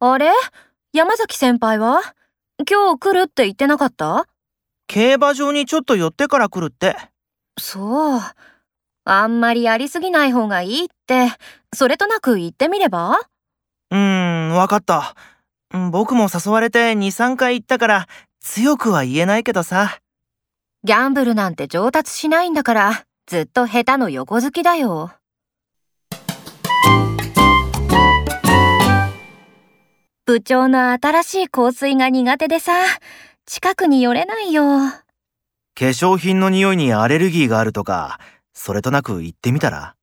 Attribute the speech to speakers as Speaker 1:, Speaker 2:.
Speaker 1: あれ山崎先輩は今日来るって言ってなかった
Speaker 2: 競馬場にちょっと寄ってから来るって
Speaker 1: そう。あんまりやりすぎない方がいいって、それとなく言ってみれば
Speaker 2: うーんわかったうん僕も誘われて23回行ったから強くは言えないけどさ
Speaker 1: ギャンブルなんて上達しないんだから、ずっと下手の横好きだよ。部長の新しい香水が苦手でさ、近くに寄れないよ。
Speaker 2: 化粧品の匂いにアレルギーがあるとかそれとなく行ってみたら